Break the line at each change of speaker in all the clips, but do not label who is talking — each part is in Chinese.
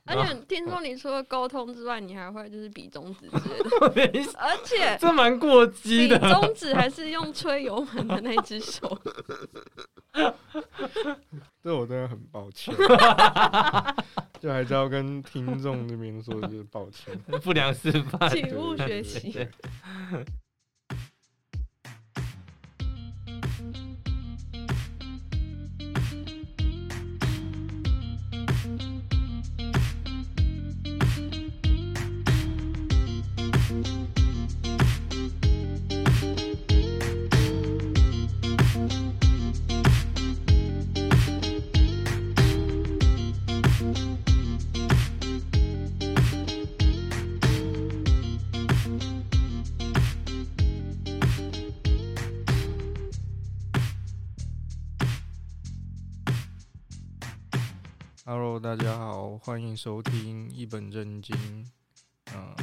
而且听说你除了沟通之外，你还会就是比中指之类的，
等一下
而 且
这蛮过
比
激的。
中指还是用吹油门的那只 手。
对我真的很抱 歉，就还是要跟听众那边说，就是抱 歉。
不良示范。
请勿
啊
学
对对
习
对，Hello，大家好，欢迎收听一本正经。嗯、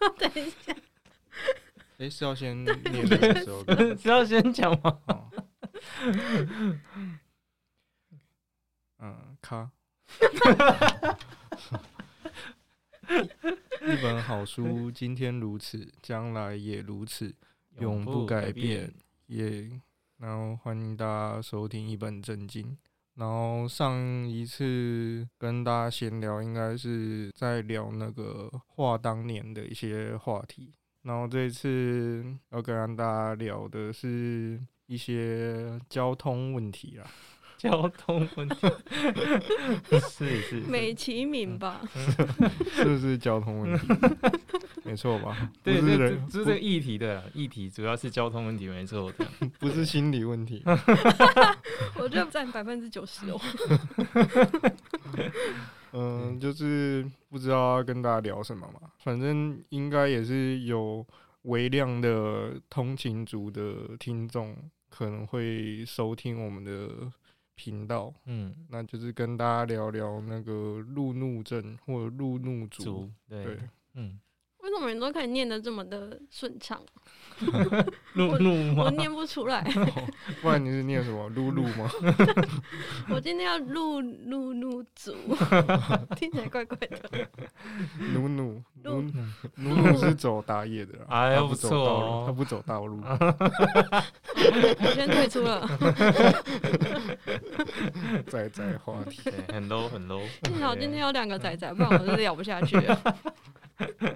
等一下，
诶，是要先念这个时候 的
是要先讲吗？
哦。嗯，卡。 一本好书，今天如此，将来也如此，永不改变。。也，然后欢迎大家收听一本正经。然后上一次跟大家闲聊，应该是在聊那个话当年的一些话题。然后这次要跟大家聊的是一些交通问题啦。
交通问题。 是是。
美其名吧，
嗯是不是交通问题？没错吧？不
对
是
对，这
人，
这是这个议题的啦议题，主要是交通问题，没错的。
不是心理问题。
我觉得占百分之九十哦。
嗯，就是不知道要跟大家聊什么嘛，反正应该也是有微量的通勤族的听众可能会收听我们的频道，
嗯，
那就是跟大家聊聊那个路怒症或者路怒族。
主
对
对，，嗯，
为什么你都可以念得这么的顺 畅？
路
我
怒
我
吗？
念不出来。
不然你是念什么露露吗？
我今天要录录录 组，听起来怪怪的。
努努努
露
努努是走打野的啦，
哎
他
不
不走
错
道路
哦
他不走 道路。
我先退出 了，
在在话题，
对，很 low 很 low。
幸好今天有两个仔仔，不然我真的聊不下去了。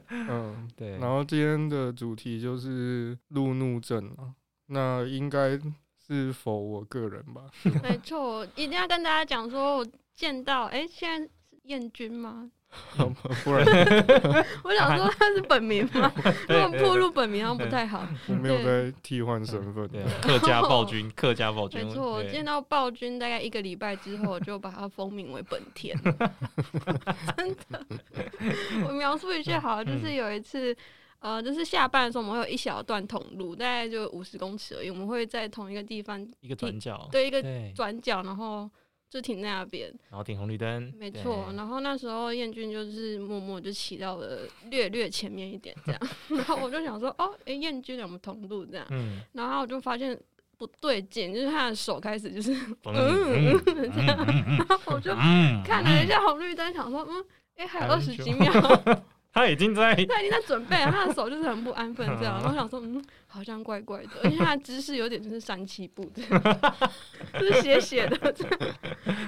嗯，
对，
然后今天的主题就是路怒症啊，那应该是否我个人 吧？
没错，我一定要跟大家讲说，我见到哎、现在是燕君吗？
不然
我想说他是本名吗？如
啊
果
对对嗯
暴露本名好像不太好。
我没有在替换身份。啊
对客家暴 君，客家暴君，
没错，我
嗯对
见到暴君大概一个礼拜之后，我就把他封名为本田。 真的， 我描述一下好了，
嗯
就是有一次。呃，就是下班的时候，我们会有一小段同路，大概就五十公尺而已。我们会在同一个地方，
一个转角，
对一个
对，
转角，然后就停在那边。
然后停红绿灯，
没
对
错，然后那时候燕君就是默默就骑到了略略前面一点这样， 然后我就想说，哦，诶，燕君我们同路这样，
嗯，
然后我就发现不对劲，就是他的手开始就是，
嗯嗯嗯嗯
然 后我就
嗯，
看了一下红绿灯，想说，嗯，诶，还有
还
二
很
十
久
几秒，
他已 经在，
他已经在准备了，他的手就是很不安分这样，然后我想说，嗯，好像怪怪的，而且他的姿势有点就是三七步这样，就是斜斜的这样。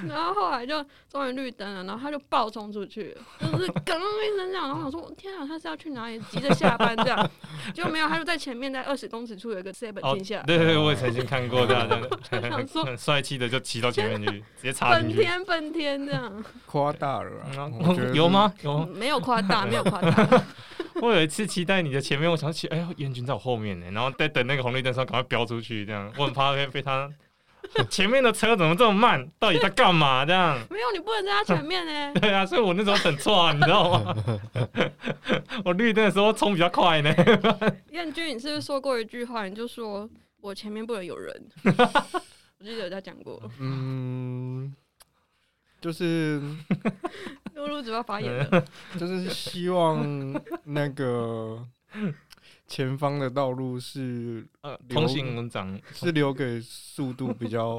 然后后来就终于绿灯了，然后他就暴冲出去了，就是咯一声这样，然后我想说，天啊，他是要去哪里？急着下班这样， 结果没有，他就在前面在二十公尺处有一个 seven
哦
停下来。
对对，我也曾经看过他，这样
想说 啊
很帅气的就骑到前面去，直接插
本
进去。
天本天这样，
夸大了啊，
嗯
我觉得
有？吗？有，
没有夸大，没有夸 大，
我有一次骑在你的前面，我想起，哎呦，燕军在我后面呢，然后在等那个红绿灯的时候，赶快飙出去，这样，我很怕被被他前面的车怎么这么慢，到底在干嘛？这样，
没有，你不能在他前面呢。
对啊，所以我那时候很错，你知道吗？ 我绿灯的时候冲比较快呢，
燕君，你是不是说过一句话？你就说我前面不能有 人。我记得有在讲过，
嗯，就是
露露主要发言
嗯
了。
就是希望那个前方的道路是
呃，
流
通行文长
是留给速度比较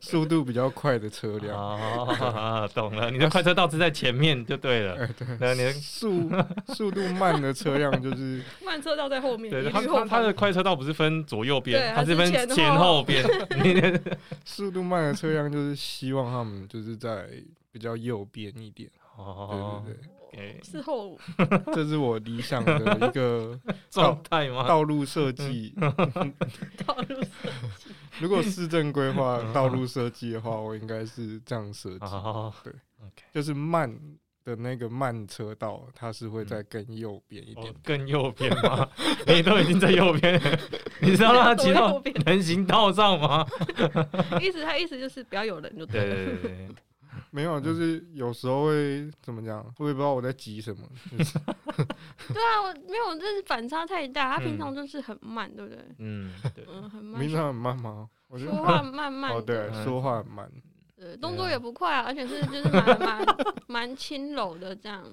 速度比较快的车辆。
哦，懂了，你的快车道是在前面就对了。
哎，对，
那你的
速速度慢的车辆就是
慢车道在后面，一
对
律
他
后
他
方
他的快车道不是分左右
对
边，
它
它是
是
分
前后
前后边。 你的
速度慢的车辆就是希望他们就是在比较右边一点。
哦
对，对
对，
是后
对，这是我理想的一 个
状态吗？
道路设计。
嗯
道 路设计。
如果市政规划
嗯
道路设计的话，我应该是这样设计，
哦，
对
，OK，
就是慢的那个慢车道，它是会在更右边一点
嗯哦。更右边吗？你都已经在右边了， 你是要让他骑
左右
到
边
人行道上吗？
意思他意思就是不要有人就
对
对了。
对对对，
没有，就是有时候会怎么讲，我也不知道我在急什么。就是
对啊，我没有，就是反差太大。他
嗯
平常就是很慢，对不对？
嗯，对，
嗯，很慢
平，常很慢吗？我就
说话慢慢
哦，
的，
对，说话很慢。
呃动作也不快啊，而且是就是蛮蛮 蛮轻柔的这样，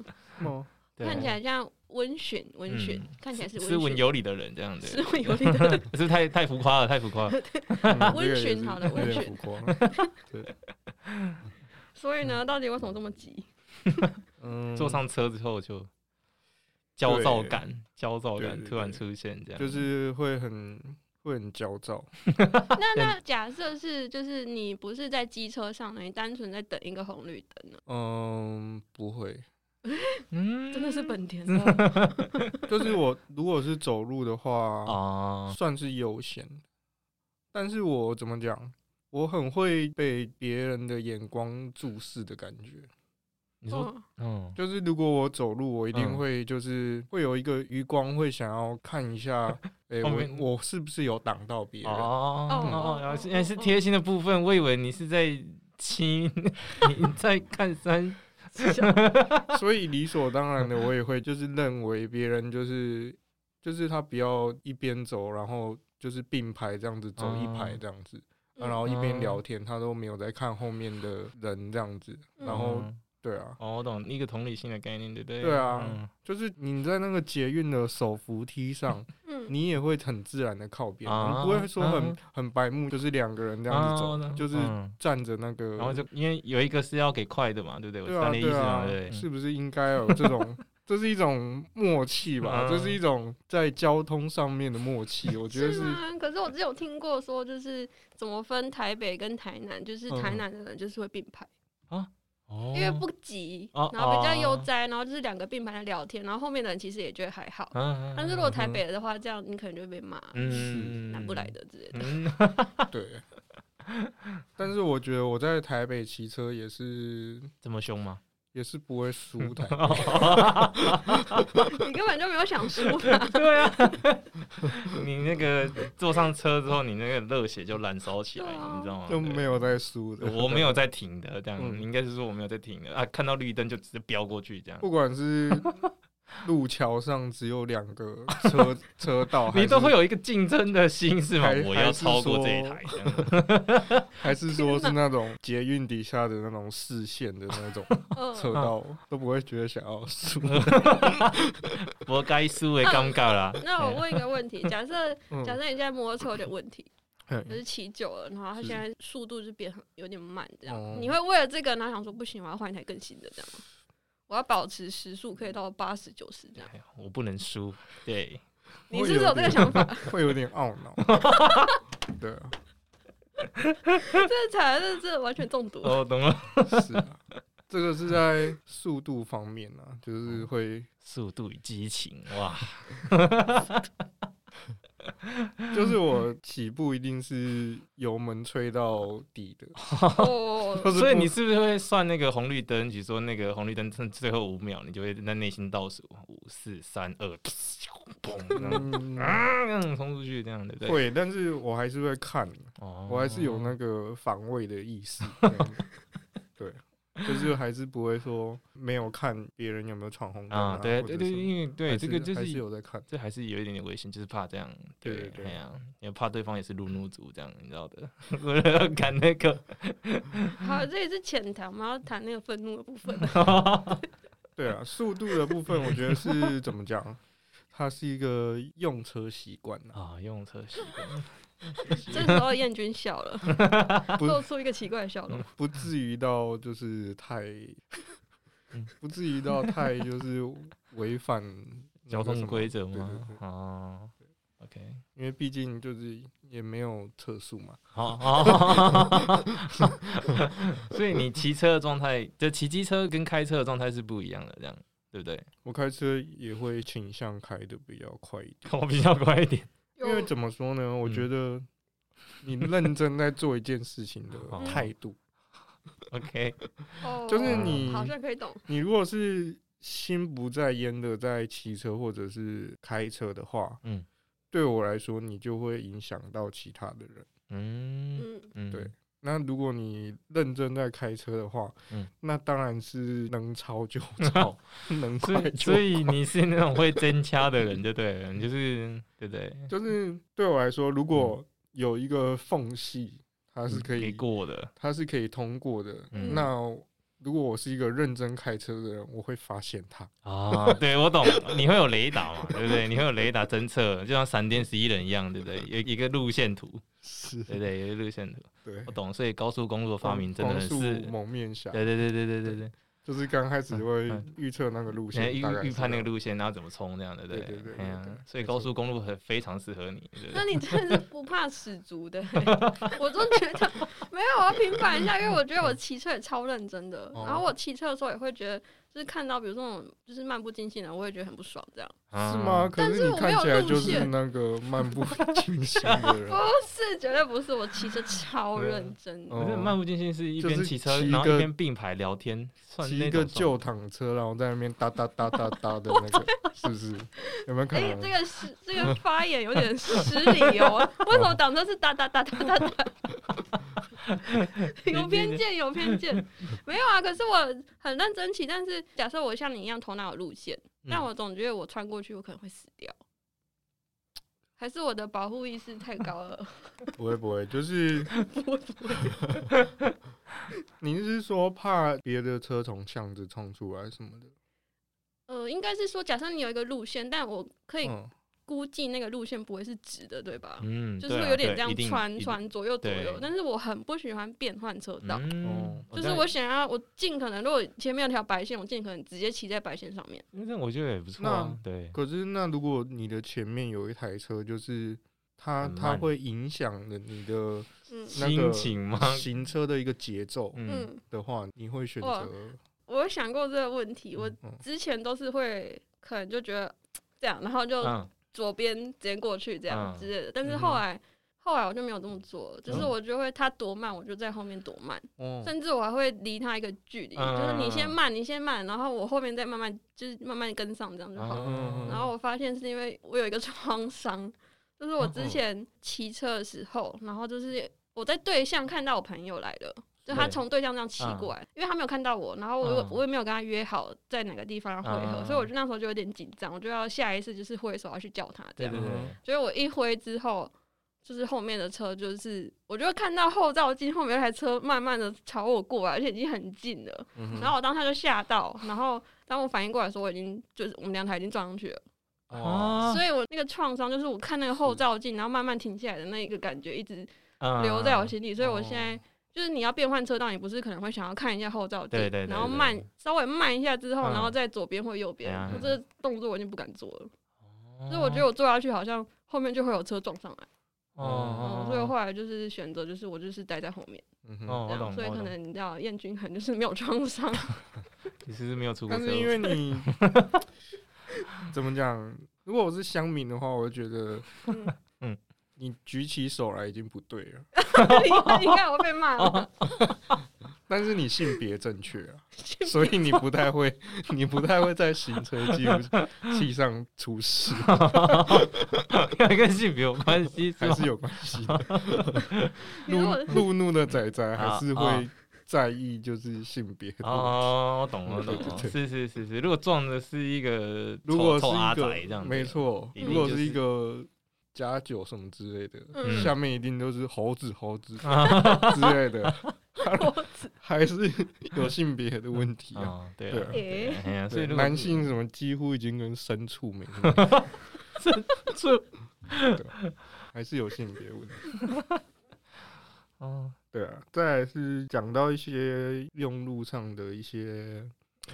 哦，
对
看起来像温驯温驯
嗯，
看起来是
斯文
温驯，
有礼的人这样
斯
子，
文有礼的。
是太太浮夸了，太浮夸 了。
嗯
温驯好了温。
这个也是有
驯
点浮夸
所以
嗯
呢，到底为什么这么 急？
嗯，
坐上车之后就焦躁感，焦躁
对
感
对对
突然出现，
啊
这样
就是会很会很焦躁。
那那假设是就是你不是在机车上呢，你单纯在等一个红绿灯呢，
嗯，不会，
嗯
真的是本田哦的。
就是我如果是走路的话，
啊，
算是悠闲，但是我怎么讲，我很会被别人的眼光注视的感觉。
你说
嗯
嗯
就是如果我走路，我一定
嗯
会就是会有一个余光会想要看一下， 诶，
后面
我我是不是有挡到别
哦
人？
哦哦，然后是
哦
原来是贴心的部分，我以为你是在亲，你在看山，
所以理所当然的，我也会就是认为别人就是就是他不要一边走，然后就是并排这样子走一排
哦
这样子，啊然后一边聊天，他都没有在看后面的人这样子。然后
嗯
对啊，
哦，我懂一个同理心的概念，对不对？
对啊
嗯
就是你在那个捷运的手扶梯上，
嗯，
你也会很自然的靠边，
啊
你不会说很
啊
很白目，就是两个人这样子
啊我
走，
懂
就是
嗯
站着那个，
然后就因为有一个是要给快的嘛，对不对？我
对
知道
啊
你的意
对
思嘛，
啊
对，不对？
是不是应该有这种？这是一种默契吧，
嗯
这是一种在交通上面的默契，我觉得是
是吗？可是我只有听过说，就是怎么分台北跟台南，就是台
嗯
南的人就是会并排，
哦
因为不急，
哦
然后比较悠哉，然后就是两个并排在聊天，然后后面的人其实也觉得还好。
嗯，
但是如果台北的话，这样你可能就会被骂，
嗯
南部来的之类的。
嗯，
对。但是我觉得我在台北骑车也是
这么凶吗？
也是不会输台北，
你根本就没有想输 吧？
对啊，你那个坐上车之后，你那个热血就燃烧起来，
对啊
你知道吗？
就没有在 输的
对。。我没有在停的，这样、
嗯
你应该是说我没有在停的啊，看到绿灯就直接飙过去这样。
不管是路桥上只有两个车车道，
你
还
都
是
会有一个竞争的心是吗
还？
我要超过这一台，这样
还是说是那种捷运底下的那种视线的那种车
嗯，
道，都不会觉得想要输。
我该输的尴尬啦。
那我问一个问 题，假设
嗯
假设你现在摩托车有点问题，
嘿
就是骑久了，然后它
是
现在速度就变很有点慢，这
哦
样你会为了这个，然后想说不行，我要换一台更新的这样吗。我要保持时速可以到八十九十 这样，
哎呀我不能输，对，
你是不是有这个想法？
会有点懊 恼。对啊，
这才是这完全中 毒。
哦，懂了，
是啊，这个是在速度方面啊，就是会，
速度与激情，哇，
就是我起步一定是油门吹到底的，
哦，
就是不
所以你是不是会算那个红绿灯？比如说那个红绿灯剩最后五秒，你就会在内心倒数五四三二，砰，然后
嗯
嗯，冲出去这样，对不对？
会，但是我还是会看，
哦
我还是有那个防卫的意识，这样 子对。就是还是不会说没有看别人有没有闯红灯
啊，对
或
对
者
对，
什么
因为对
还
这
是
个就
还
是
是有在看，
这还是有一点点危险，就是怕这样，
对
对
对
哎呀，也怕对方也是路怒族这样，你知道的， 为了赶那个，
好，这也是浅谈，我们要谈那个愤怒的部 分。
对啊，速度的部分我觉得是 怎么讲，它是一个用车习惯啊，
啊，用车习惯，
这时候燕君笑了，露出一个奇怪的笑容。
不至于到就是太，不至于到太就是违反那
交
个什
通
么
规则
对
吗
对？对
哦，OK，
因为毕竟就是也没有测速嘛，
好，好， 所以你骑车的状态，就骑机车跟开车的状态是不一样的，这样对不 对？
我开车也会倾向开的比较快一点。
我比较乖一点，
有
因为怎么说呢？我觉得你认真在做一件事情
好
的态度，
OK，
哦
嗯就是你
好像可以懂，
你如果是心不在焉的在骑车或者是开车的话，
嗯
对我来说你就会影响到其他的人。
嗯
嗯，
嗯，
对那如果你认真在开车的话，
嗯
那当然是能 超就超， 能
所
快
以
就
所以
快
你是那种会真掐的人，就对了，你就是对不对？
就是对我来说，如果有一个缝隙，它是可以
嗯过的，
它是可以通过的。
嗯
那如果我是一个认真开车的人，我会发现它。
啊，对我懂，你会有雷达嘛，对不对？你会有雷达侦测，就像闪电十一人一样，对不对？有一个路线图，
是
对不对？有一个路线图，
对
我，懂。所以高速公路的发明真
光
的
速
是，
蒙面侠，
对对对对对对对，
就是刚开始会
嗯
预测那个路
现在
线，
预
大概
预
是
判那
这
个
样。
路线，然后怎么冲，这样的，
对
不
对对
哎呀
对对
所以
没
高
错
速公路很非常适合你，对不
那
对？
你真的是不怕死足的欸、我都觉得没有，我要平反一下，因为我觉得我骑车也超认真的，
哦
然后我骑车的时候也会觉得，就是看到比如这种就是漫不经心的人，我也觉得很不爽这样。
啊
是吗？？可
但是
你
我没
看
有
起来
路
就是
线
那个 漫不经心 的人
不，是，绝对不是，我骑车超认真的。
嗯
可是漫不经心是一边
就是
骑车，
骑一
然后一
个
边并排聊天，算
骑
那
一个
种爽
旧躺车，然后在那边哒哒哒哒哒的 那个，是不是？有没有可
哎、
能
这？个是这个发言有点失礼哦。为什么挡车是哒哒哒哒哒哒？ 有偏见，有偏见。 没有啊，可是我很认真骑，但是假设我像你一样头脑有路线，
嗯
但我总觉得我穿过去我可能会死掉，还是我的保护意识太高 了？
不会 不会，就是 您是说怕别的车从巷子冲出来什么的？
呃，应该是说，假设你有一个路线，但我可以
嗯，
估计那个路线不会是直的，对吧？
嗯，
就是
对啊
会有点
对
这样
一定一
穿
定
穿左右左右
对，
但是我很不喜欢变换车道。
嗯，
就
这
是
样
我想要，我尽可能，如果前面有条白线，我尽可能直接骑在白线上面。
那这样我觉得也不错啊。对，
可是那如果你的前面有一台车，就是它
很
它
慢
会影响了你 的
嗯
那
心
个
情吗？
行车的一个节奏
嗯，
嗯，
的话，你会选
哇
择
我有想过这个问题，哦我
嗯
之前都是会可能就觉得这样，然后就
嗯
左边直接过去这样
嗯
之类的，但是
嗯哼
后来。后来我就没有这么做了，就是
嗯
我就会他多慢我就在后面多慢，
哦
甚至我还会离他一个距离，
嗯
就是你先慢，你先慢，然后我后面再慢慢就是慢慢跟上这样就好了。
嗯
然后我发现是因为我有一个 创伤，就是我
嗯
之前骑车的时候，然后就是我在对向看到我朋友来了，就他
对
从对向这样骑过来，因为他没有看到我，然后我又
嗯
我也没有跟他约好在哪个地方要汇
嗯嗯
合，
嗯
所以我就那时候就有点紧张，我就要下一次就是挥手要去叫他这
对
样
对，对
嗯，
结果我一挥之后。就是后面的车，就是我就会看到后照镜后面那台车慢慢的朝我过来，而且已经很近了。
嗯
然
哼
后我当下就吓到，然后当我反应过来的时候，我已经就是我们两台已经撞上去了。
哇
啊
所以我那个创伤就是我看那个后照镜，然后慢慢停下来的那一个感觉，一直
嗯
留在我心里。所以我
哦
现在就是你要变换车道，你不是可能会想要看一下后照镜
对对对，
然后
对
慢稍微慢一下之后，
嗯
然后再左边或右边
哎呀。
我这个动作我已经不敢做了，
哦
所以我觉得我做下去好像后面就会有车撞上来。
哦
嗯，所以我后来就是选择就是我就是待在后面，
嗯哼，
哦，
这样
我懂，
所以
我
可
懂。
能你知道燕君可能就是没有创 伤，
其实是没有出过
但
车
是因为你怎么讲？如果我是乡民的话，我会觉得
嗯
嗯
你举起手来已经不对了，
你看你看我被骂
哦
了，
但是你性别正确 啊，所以你不太会， 你不太会在行车记录器上出事，
要 跟性别有关系，是
还
吗
是有关系的。
你如
路
果
路怒的仔仔还是
啊啊
会在意，就是性别的问题。
哦，我懂了，我懂
对对
了，
对
是是是是。如果撞的是一个臭
如果是
臭阿
一
仔这
个，
样，
没，错，
一定
如果
就是
一个加酒什么之类的，
嗯
啊
下面一定都是猴子、猴 子之类的， 还是有性别的问题啊。
啊，对
对
啊
啊，
对啊哎呀，所以
对，
如果
男性什 么几乎已经跟牲畜没什么两样，
是
还啊还是有性别问题。
哦，
对啊，再来是讲到一些用路上的一些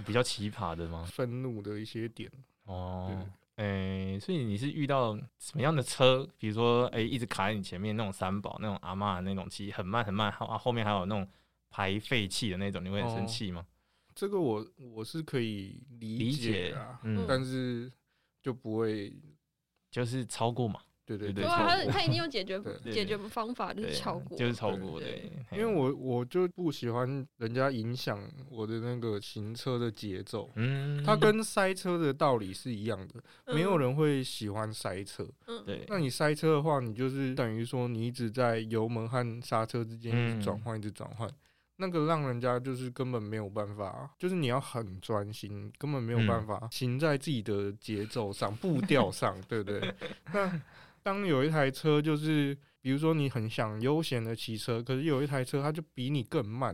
比较奇葩的吗？
愤怒的一些点，
哦，诶、所以你是遇到什么样的车？比如说，诶、一直卡在你前面那种三宝，那种阿嬷那种骑很慢很慢，后、啊、后面还有那种排废气的那种，你会很生气吗？
这个我我是可以哦理解的啊，
嗯，
但是就不会，
就是超过嘛，
对对
对
对
超
啊，
过
他他一定有解决
对
对
解决方法，就是
对，
超过，
就是超过，
对
对，嘿
因为我我就不喜欢人家影响我的那个行车的节奏，
嗯，
它跟塞车的道理是一样的，没有人会喜欢塞车。
嗯，嗯，
对
那你塞车的话，你就是等于说你一直在油门和刹车之间一直转
嗯
换，一直转换。那个让人家就是根本没有办法，就是你要很专心，根本没有办
嗯
法行在自己的节奏上、步调上，对不对？那当有一台车就是，比如说你很想悠闲的骑车，可是有一台车它就比你更慢，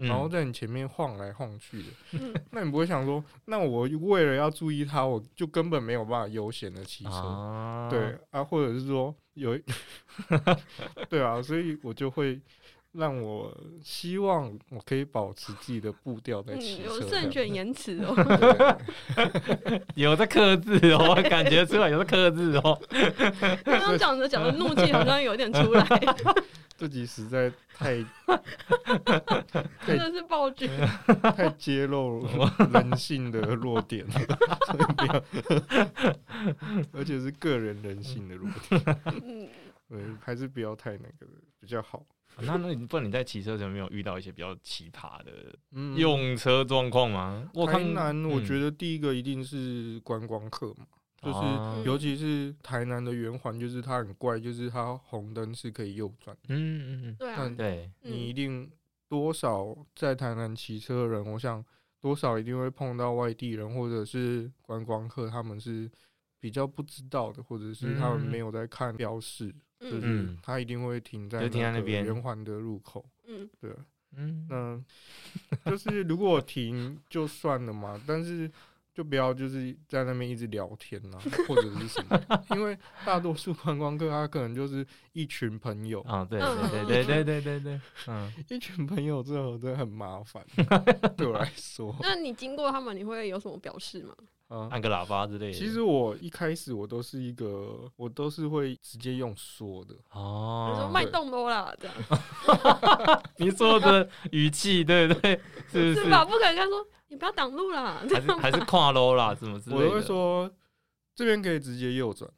嗯
然后在你前面晃来晃去的，
嗯
那你不会想说，那我为了要注意它，我就根本没有办法悠闲的骑车，
啊，
对啊，或者是说有一， 对啊，所以我就会让我希望我可以保持自己的步调在骑
嗯，有
车这样
慎
子，
选言辞哦，
对
有在克制哦，我感觉出来有在克制哦。
刚刚讲着讲着怒气好像有点出来，
这集实在太
真的是暴君，
太揭露 了人性的弱点了，所以不要， 而且是个人人性的弱点，
嗯，
对，还是不要太那个比较好。
那那你不然你在骑车前面有遇到一些比较奇葩的
嗯，
用车状况吗？我
台
看嗯
南，我觉
得
得第一个一定是观光客嘛，就是
嗯
尤其是台南的圆环，就是它很怪，就是它红灯是可以右转，
嗯嗯，
对啊，
但
对，
你一
嗯，
定多少在台南骑车的人，我想多少一定会碰到外地人或者是观光客，他们是比较不知道的，或者是他们没有在看标示，就
嗯
是
嗯
他一定会停在
就停在
那
那
个
边
圆环的入口。
嗯，
对，啊
嗯，
那就是如果停就算了嘛，但是就不要就是在那边一直聊天呐、或者是什么，因为大多数观光客他可能就是一群朋友，
啊，对
嗯
对对对对对对对， 嗯，
一群朋友之后真的很麻烦，对我来说
那你经过他们，你会有什么表示吗？
啊。
按个喇叭之类的。
其实我一开始我都是一个，我都是会直接用说
比
的，
如说
哦，
卖动物啦，这样
你说的语 气对不对？是不
是
是？
吧？不可能跟他说你不要挡路啦，
还是还是跨楼啦，什么之类
我
的？
会说这边可以直接右转，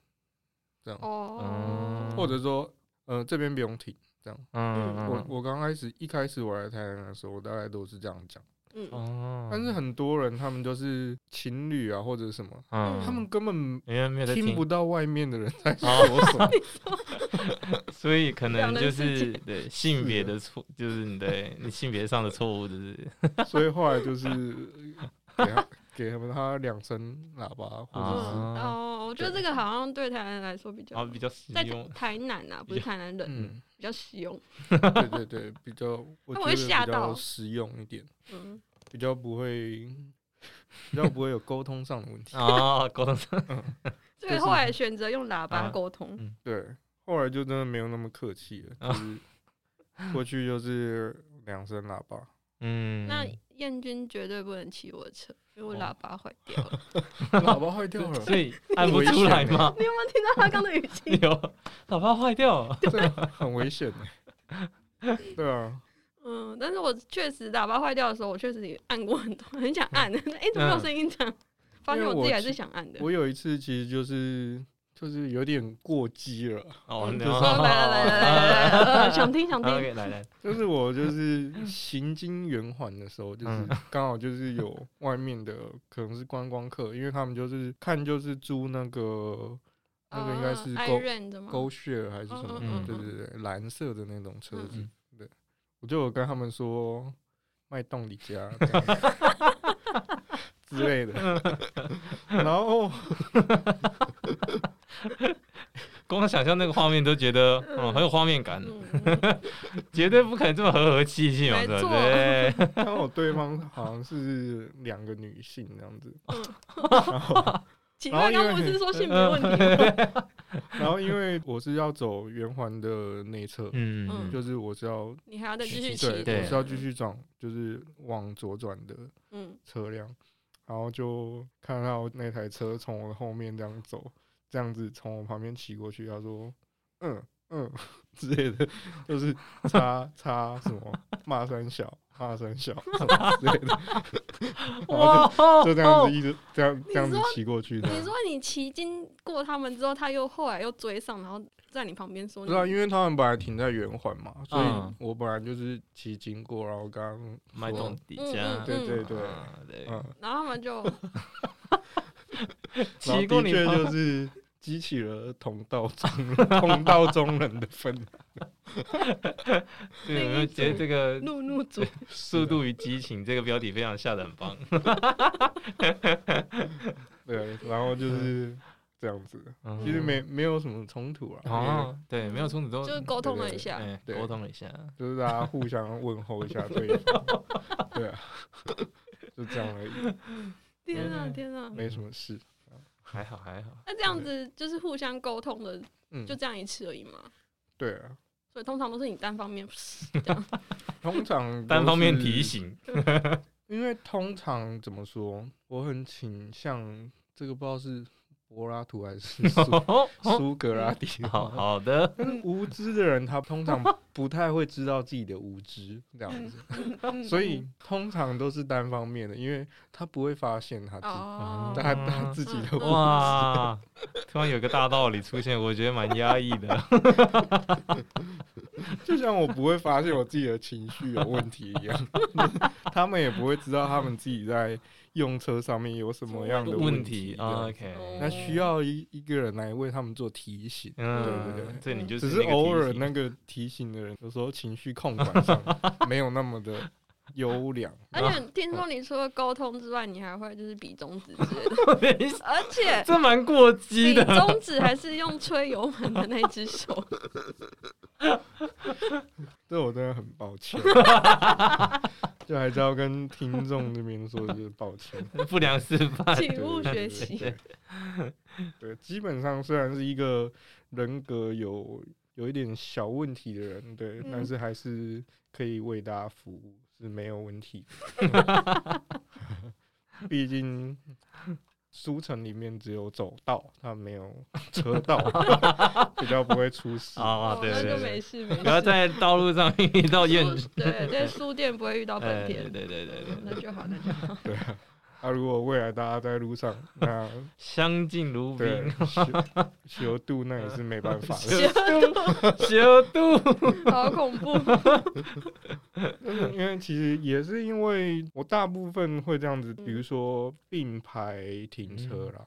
哦
嗯，
或者说呃这边不用停。
嗯，嗯，
我我刚开始一开始我来台南的时候，我大概都是这样讲。
嗯，
哦，
但是很多人他们就是情侣啊或者什么，
嗯，
他们根本
因为没有在
听
听
不到外面的人在
啊
说什 么。
所以可
两
能
人
就
世
是
界
对性别
的
的错，就是你对你性别上的错误，就是
所以后来就是给他给他们他两声喇叭，或者是
啊
嗯哦，我觉得这个好像对台南来说比较
啊比较实
在
用。
台南啊，不是台南人
嗯，
比较实用，
对对对，比较我
他们
觉
会
得比
吓到
较实用一点，
嗯，
比较不会比较不会有沟通上的 问题。
啊，沟通上
所以后来选择用喇叭沟通，
对，后来就真的没有那么客气了，就是 过去就是两声喇叭。
嗯，
那燕君绝对不能骑我的车，因为我喇叭坏掉了。
喇叭坏掉 了，
所以按不出 来吗？
你有没有听到他刚的语气？
有 喇叭坏掉了，
这个很危险的。对啊，
嗯，但是我确实喇叭坏掉的时候，我确实也按过很多，很想按， 哎、怎么没有声音这样？发现我自己还是想按的。
我有一次其实就是就是有点过激了，
哦，
嗯
你
就
要
来
是
来来来来来 来，想听想听。
啊 OK，来来，
就是我就是行经圆环的时候，就是
嗯
刚好就是有外面的可能是观光客，因为他们就是看就是租那个那个应该是
啊爱
勾
认的吗？
勾血还是什么，
嗯嗯嗯
对对对，蓝色的那种车子
嗯，
对，我就有跟他们说卖动你家这样之类的，然后
光想象那个画面都觉得嗯很有画面感，
嗯，
绝对不可能这么和和气气嘛，
没
对不
错
对？
刚好对方好像是两个女性这样子，
奇怪，刚刚
然后因为
不是说性别问题吗？
然后因为我是要走圆环的内侧，
嗯，
嗯
就是我是要
你还要再继续骑
对，，
对
我是要继续转，就是往左转的
嗯，
车辆，然后就看到那台车从我后面这样走，这样子从我旁边骑过去，他说嗯嗯 之类的，就是叉叉什么骂三小骂三小之类的，然后
哇，
就就这样子一直这样这样
哦
子
你说
骑过去的。
你说你骑经过他们之后，他又后来又追上，然后在你旁边说
不
你，
知道，啊因为他们本来停在圆环嘛，所
嗯
以我本来就是骑经过，然后刚刚
脉动底
嗯
下，
对对对，
啊对，
嗯，
然后他们 就
然后
骑过
的
你
确
旁
就是激起了同道中人同道中人的愤怒。
对，有没有觉得这个
怒怒族，
“速度与激情”这个标题非常下的很棒？
对，然后
嗯
就是这样子，其实没没有什么冲突啊，
哦，对，没有冲突都
就是沟通了啊一下，
哎
对
沟通了一下，
就是大家互相问候一 下对方，对啊，就这样而已，
天啊天啊！
没什么事。
还好还好，
那这样子就是互相沟通的，
嗯，
就这样一次而已嘛。
对啊，
所以通常都是你单方 面
通常都
单方面
是
提醒，
因为通常怎么说，我很倾向这个，不知道是柏拉图还 是苏
哦哦
苏格拉底。
好好的，
但是无知的人，他通常不太会知道自己的无知这样子，
嗯
所以通常都是单方面的，因为他不会发现他自己
哦，
嗯
他他自己的无
哇，突然有个大道理出现，我觉得蛮压抑的。
就像我不会发现我自己的情绪有问题一样， 他们也不会知道他们自己在用车上面有什么样的
问
题
题
啊。
哦
，OK，
那需要一一个人来为他们做提醒，对对
嗯
对，
这你就
只
是
是
那个
偶尔
提醒
那个提醒的人，有时候情绪控管上没有那么的优良。
而
啊
且听说你除了沟通之外，你还会就是比中指之 类的，而且
这蛮过
比
激的，
中指还是用吹油门的那只 手，
这我真的很抱歉， 就还是要跟听众这边说，就是抱歉。
不良示 范。
请勿学
对对
习。
对 对，基本上虽然是一个人格有有一点小问题的人，对，
嗯
但是还是可以为大家服务是没有问题的。 毕竟书城里面只有走道，它没有 车道， 比较不会出事。
啊，
哦
对
那
对
就
对，
没事没事。
不要在道路上 遇到厌
书对，在书店不会遇到本
哎，对
田哦
对，对对对，
那就好，那就 好。
对啊，啊，如果未来大家在路上， 那
相敬如
对
宾，
修修度那也是没办法的。
修度修 度，
好恐 怖！
嗯 因为其实也是因为我大部分会这样子，
嗯
比如说并排停车啦，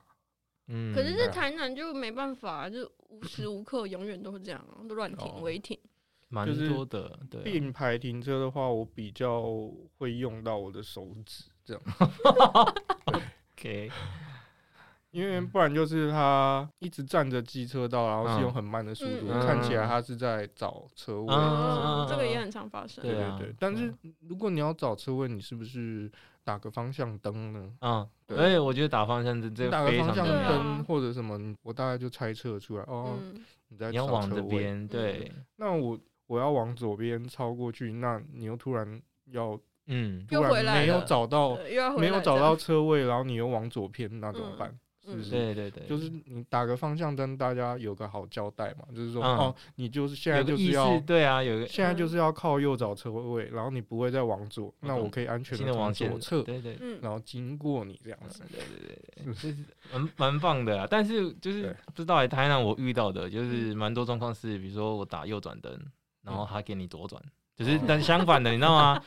嗯
可是这台南就没办法，就无时无刻永远都是这样，都乱
哦
停违停。
蛮
就是
多的，对啊
并排停车的话，我比较会用到我的手指这
嗯
样，
，OK，
因为不然就是他一直占着机车道，然后是
嗯
用很慢的速度，
嗯
看起来他是在找车位。
嗯
嗯，
嗯
这个也很常发生。
对
对
对
啊
对，但是如果你要找车位，你是不是打个方向灯呢？
嗯，
对
而且我觉得打方向灯这
打
个
个
非
方
常
向
重
对啊
要，
灯或者什么，我大概就猜测出来哦，
嗯，
你在
你要
找
往
车嗯
这
位。
边，对，
那我我要往左边超过去，那你又突然要
嗯，
又
突
回
然
来
没有
了
找到
对又要回来
没有找
这
到
样
车位，然后你又往左偏，那怎么
嗯
办？是不
嗯
是？
对对对，
就是你打个方向灯，大家有个好交代嘛，就是说
嗯
哦，你就是现在
有个
就是
意
要
识，对啊，有个
现在
嗯
就是要靠右找车位，然后你不会再往左，那我
懂
可以安全
新
的
的往
从
前
左侧，
对嗯对。
嗯，
然后经过你这样子。
对对对对，就是 蛮蛮棒的啊啦。但是就是
对嗯
不知道欸台南我遇到的，就是蛮多状况是，比如说我打右转灯，然后他给你左转，就是
哦
但相反的，你知道吗？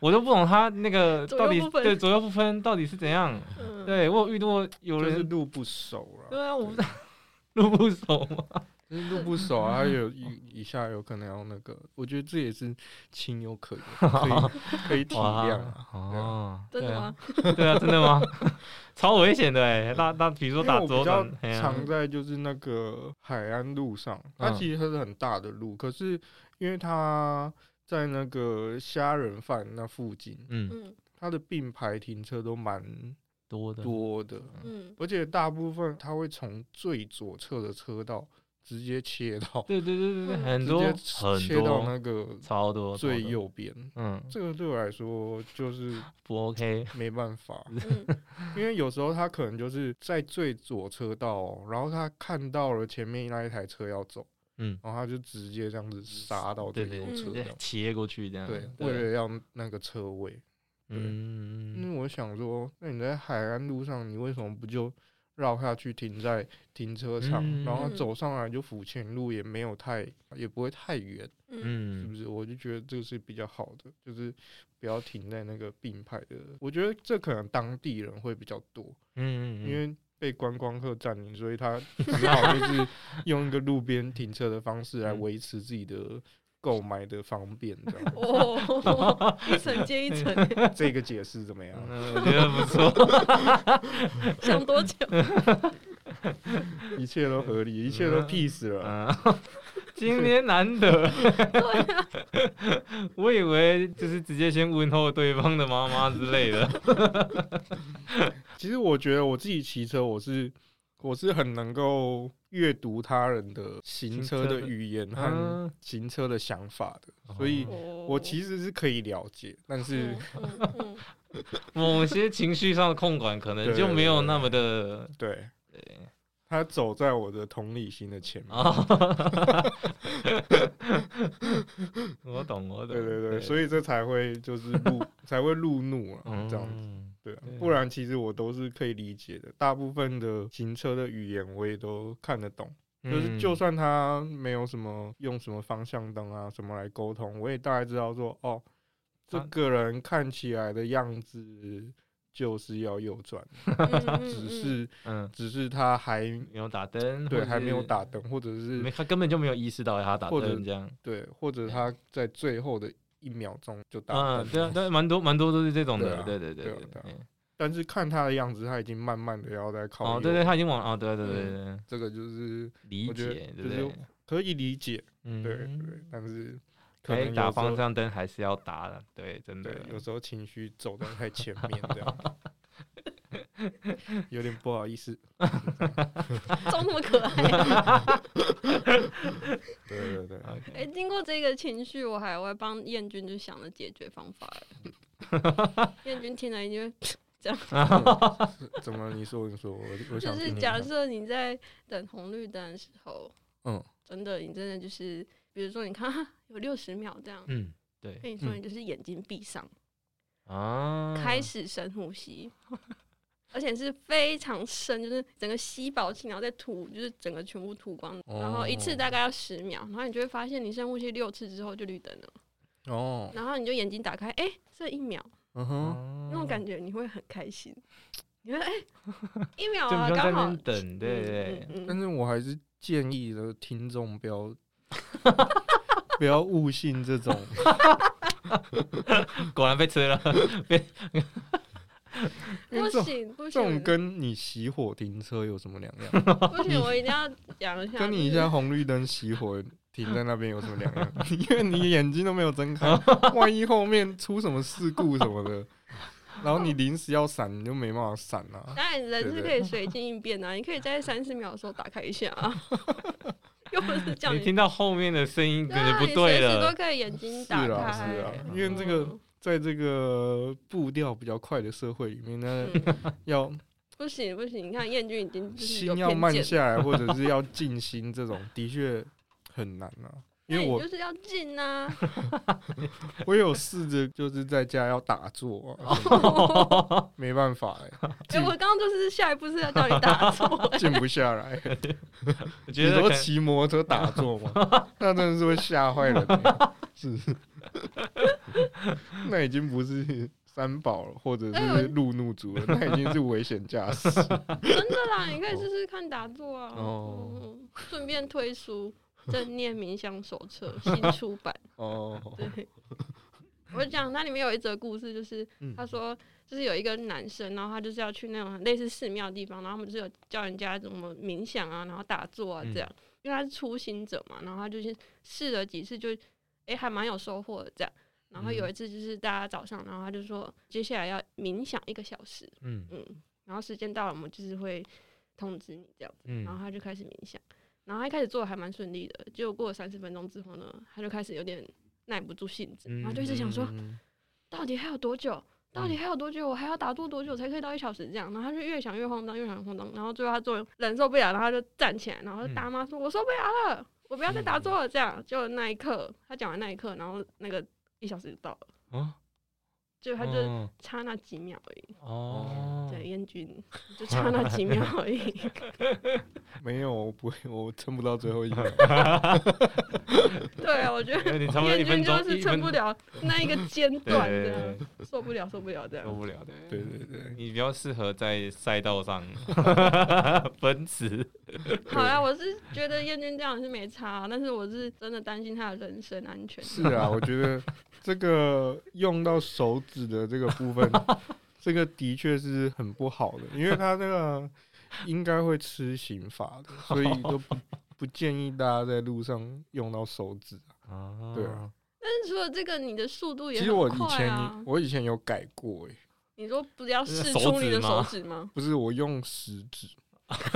我都不懂他那 个
左
到底
右不分
对左右不分到底是怎样。
嗯，
对我有遇到有
就是
人
路不熟了，
对啊，我不知道 路不熟嘛，
就是路不熟 啊，还有以以下有可能要那个，我觉得这也是情 有可原，可以可以体谅啊。
哦，
真
对
的
啊
吗？？
对啊，真的吗？ 超危险的哎，那那比如说
因为
打
我
左
比较
转，哎呀
常在就是那个海岸路上，它
嗯
其实它是很大的路，可是因为它在那个虾仁饭那附近，
嗯
嗯，
它的并排停车都蛮
多的，
多的，
嗯，
而且大部分它会从最左侧的车道直接切到，
对对对对对，
嗯
很
直
多
接
很
切到
多，
那个
超多
最，
超多
右边。
嗯，
这个对我来说就是
不 OK，
没办法，
嗯
因为有时候他可能就是在最左车道，哦然后他看到了前面那一台车要走，
嗯，
然后他就直接这样子杀到最
对对
右
对，嗯
车
直接
道，
切过去这样，
对，为了要那个车位。
嗯，
那我想说，那你在海岸路上，你为什么不就绕下去停在停车场，
嗯
然后
嗯
走上来就府前路，也没有太也不会太远，
嗯
是
嗯
不是？我就觉得这个是比较好的，就是不要停在那个并排的。我觉得这可能当地人会比较多，
嗯，
因为被观光客占领，所以他只 好就是用一个路边停车的方式来
嗯
维持自己的购买的方便，这 样。
哦，一层接一层，
这个解释怎么样？
嗯我觉得不 错，
想多久？
一切都合理，一切都 peace 了。
嗯， 今天难得，
啊
我以为就是直接先问候对方的妈妈之类 的，
其实我觉得我自己骑车，我是我是很能够阅读他人的行车的语言
嗯，
和
哦
行车的想法的，所以嗯我
我
其实是可以了解，但是
哦嗯嗯
某些情绪上的控管可能
对
就没有那么的
对，他走在我的同理心的前面。
啊。我懂，我懂。
对对对，
以
所以这才会就是路才会路怒啊，这样子
嗯
对啊
对，
不然其实我都是可以理解的，大部分的行车的语言我也都看得懂。
嗯
就是就算他没有什么用什么方向灯啊什么来沟通，我也大概知道说，哦，这
他
个人看起来的样子就是要右转，
嗯，
只
只
是
嗯，
只是他还
没有打灯，或
对
者
还没有
是，
打灯，或者是
没他根本就没有意识到他打
或者
灯这样。
对，或者他在最后的一秒钟就打
啊，
灯
对啊，
了，
对，蛮多蛮多都是这种
对
的，
啊
对对对
对啊
对
对啊
对。
但是看他的样子，他已经慢慢的要在靠
哦，
右
对对，他已经往哦，对对对
嗯
对，
这个就是
理
我觉得
解，对
就
不
是
对？
可以理解，
嗯，
对对，但是
可
可能
以打
有时候
方向灯还是要打的，对，真的
对，有时候情绪走在太前面，这样有点不好意思。
装那么可 爱。
对对 对，
哎，经过这个情绪，我还会帮燕君就想了解决方法。 燕君听了一句，
啊怎么你说你说，我
就
我想
是
听听
假
看
设你在等红绿灯的时候，
嗯，
真的，你真的就是，比如说你看有六十秒这样，
嗯，对
跟你说
嗯
你就是眼睛闭上，
啊，
哎开始深呼吸，而且是非常深，就是整个吸饱气，然后再吐，就是整个全部吐光，然后一次
哦
大概要十秒，然后你就会发现你深呼吸六次之后就绿灯了，
哦，
然后你就眼睛打开，哎、这一秒
嗯哼，
哦，
那种感觉你会很开心，你会哎、一秒
就不
啊，
用在
刚
那
好
边等，对对，
嗯嗯
但是我还是建议的听众 不要不要误信这种，
对，果然被吃了，
因
嗯不
为这种
行不
这种
行，
跟你熄火停车有什么两 样？
不行，我一定 要讲一下，
跟你
就
一
是
下红绿灯熄火。停在那边有什么 两样？因为你眼睛都没有睁开，万一后面出什么事故什么的，然后你临时要闪，你就没办法闪了、啊。
当然，人是
对对
可以 随机应变的、啊，你可以在三十秒的时候打开一下啊，又不是叫
你听
你。
到后面的 声音感觉
啊，
不
你
对
随时
了
都，可以眼睛打
是
开。
啊是啊因为这个
嗯
在这个步调比较快的社会里面呢，
嗯
要
不行不行，你看燕君已经就是有
心要
偏
慢
见
下来， 或者是要静心，这种的确很难啊。因
那
为
你
我
就是要进 啊，
我有试着就是在家要打坐、啊，没办法哎、
哎，我刚刚就是下一步是要叫你打 坐，
静不下来。
我觉得
你说
可能
骑摩托车打坐吗？那真的是会吓坏人欸，是不是？那已经不是三宝了，或者
哎
是
我
路怒族了，那已经是危险驾驶。
真的啦，你可以试试看打坐啊。
哦
嗯，顺便推书《正念冥想手册》新出版。
哦，
对，我讲那里面有一则故事，就是
嗯
他说，就是有一个男生，然后他就是要去那种很类似寺庙的地方，然后他们就是有教人家怎么冥想啊，然后打坐啊
嗯
这样，因为他是初心者嘛，然后他就先试了几次就，诶还蛮有收获的这样。
嗯
然后有一次就是大家早上，然后他就说接下来要冥想一个小时，
嗯
嗯，然后时间到了，我们就是会通知你这样子。然后
嗯，
他就开始冥想，然后他一开始做的还蛮顺利的，结果过了三十分钟之后呢，他就开始有点耐不住性子，然后就一直想说，
嗯
到底还有多久？到
嗯
底还有多久？我还要打坐多久才可以到一小时？这样，然后他就越想越慌张，越想越慌张，然后最后他终于忍受不了，然后他就站起来，然后就
嗯
大骂说：“我受不了了，我不要再打坐了。”这样，就那一刻，他讲完那一刻，然后那个一小时就到了，
啊，
就他就
嗯
差那几秒而已。
哦，
对，燕君就差那几 秒而已。
没有，我不会，我撑不到最后一秒。
对啊，我觉得
因为 你差不多一
燕
分
君
钟
就，是
一
撑
分
不 了那一个间
对
段，这
对
样受不了，受不了这
对，受
样。
不了的。
对对对，
你比较适合在赛道上奔驰。
好啊啦，我是觉得燕君这样是没差啊，但是我是真的担心他的人身安 全。
是啊，我觉得这个用到手指的这个部分，这个的确是很不好的，因为他这个应该会吃刑法的，所以都不不建议大家在路上用到手指。
啊
对啊，
但 是除了这个，你的速度也
其实我
很
以
快
前
啊。
我以前有改过，哎，
你说不要试
手
出你
指
的手
吗
指吗？
不是我用食指，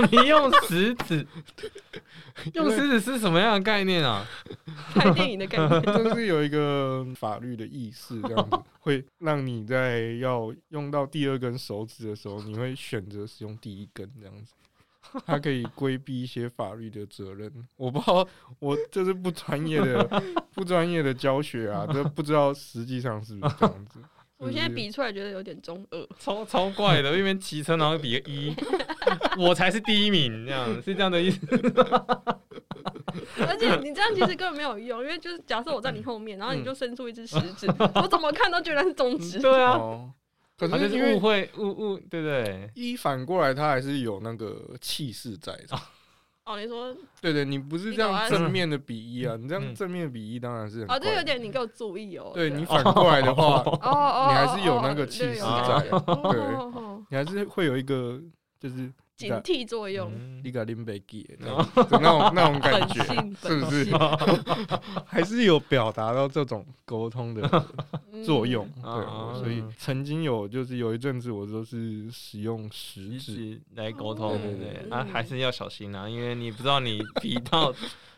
你用食 指，用食指是什么样的概念啊？
拍电影的感 觉。
但是有一个法律的意识，这样子会让你在要用到第二根手指的时候，你会选择使用第一根这样 子。它可以规避一些法律的责任，我不知道，我这是不专业 的、不专业的教学啊，这不知道实际上是不是这样子。
我现在比出来觉得有点中二。
超超怪的，一边骑车然后比个一，我才是第一名，这样是这样的 意思。
而且你这样其实根本没有用，因为就是假设我在你后面，然
嗯
后你就伸出一只食指，我怎么看都觉得是中指。
对啊，
哦，可
他就是
因
是误
为
会误误，对不对？
一反过来，它还是有那个气势在的。
哦，你说
对对，你不是
你
这
懂啊
样正面的比一啊，你这
嗯
样正面的比一当然是很
哦，这
怪
有点你给我注意哦。
对你
啊
反过来的话，
哦哦，
你还是有
哦
那个
哦
气
对
势
有感
在
觉哦
对
哦哦
你还是会有一个就是
警惕作用，
嗯
你个林北基的那种的那种那种感觉，
本性
是不
本
是？ 还是有表达到这种沟通的
嗯
作用，
啊
对，所以曾经有就是有一阵子我都是使用食
一
指，
起来沟通，对
嗯
不对？
嗯
啊，还是要小心啊，因为你不知道 你比到，